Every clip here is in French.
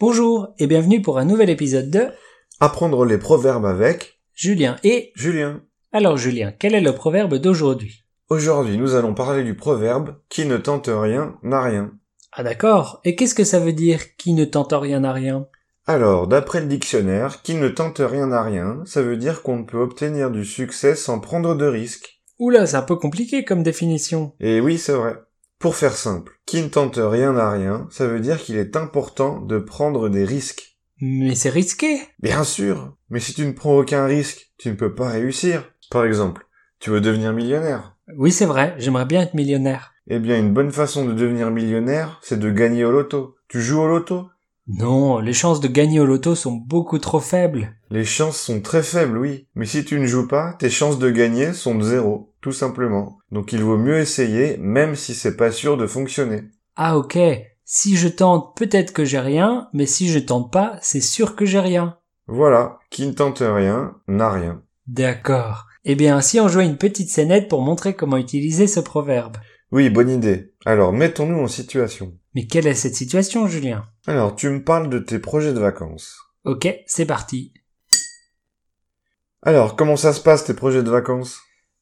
Bonjour et bienvenue pour un nouvel épisode de Apprendre les proverbes avec Julien et... Julien. Alors Julien, quel est le proverbe d'aujourd'hui Aujourd'hui, nous allons parler du proverbe qui ne tente rien n'a rien. Ah d'accord, et qu'est-ce que ça veut dire qui ne tente rien à rien Alors, d'après le dictionnaire, qui ne tente rien n'a rien, ça veut dire qu'on ne peut obtenir du succès sans prendre de risques. Oula, c'est un peu compliqué comme définition. Et oui, c'est vrai. Pour faire simple, qui ne tente rien n'a rien, ça veut dire qu'il est important de prendre des risques. Mais c'est risqué Bien sûr, mais si tu ne prends aucun risque, tu ne peux pas réussir. Par exemple, tu veux devenir millionnaire. Oui c'est vrai, j'aimerais bien être millionnaire. Eh bien, une bonne façon de devenir millionnaire, c'est de gagner au loto. Tu joues au loto Non, les chances de gagner au loto sont beaucoup trop faibles. Les chances sont très faibles, oui. Mais si tu ne joues pas, tes chances de gagner sont de zéro, tout simplement. Donc il vaut mieux essayer, même si c'est pas sûr de fonctionner. Ah ok, si je tente peut-être que j'ai rien, mais si je tente pas, c'est sûr que j'ai rien. Voilà, qui ne tente rien, n'a rien. D'accord. Eh bien ainsi on jouait une petite scénette pour montrer comment utiliser ce proverbe. Oui, bonne idée. Alors, mettons-nous en situation. Mais quelle est cette situation Julien Alors, tu me parles de tes projets de vacances. Ok, c'est parti. Alors, comment ça se passe tes projets de vacances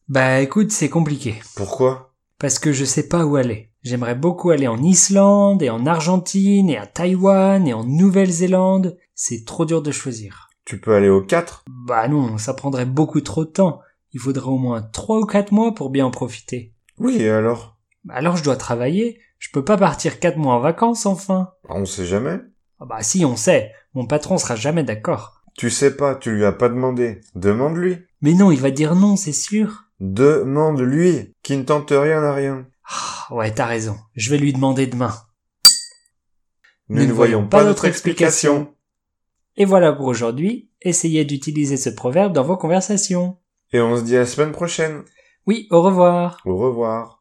Bah écoute, c'est compliqué. Pourquoi parce que je sais pas où aller. J'aimerais beaucoup aller en Islande et en Argentine et à Taïwan et en Nouvelle-Zélande. C'est trop dur de choisir. Tu peux aller au 4 Bah non, ça prendrait beaucoup trop de temps. Il faudrait au moins trois ou quatre mois pour bien en profiter. Oui, et alors Alors je dois travailler. Je peux pas partir quatre mois en vacances enfin. Ah, On sait jamais. Ah bah si, on sait. Mon patron sera jamais d'accord. Tu sais pas, tu lui as pas demandé. Demande-lui. Mais non, il va dire non, c'est sûr. Demande-lui qui ne tente rien à rien. Ah, ouais, t'as raison. Je vais lui demander demain. Nous ne voyons pas d'autre explication. Et voilà pour aujourd'hui. Essayez d'utiliser ce proverbe dans vos conversations. Et on se dit à la semaine prochaine. Oui, au revoir. Au revoir.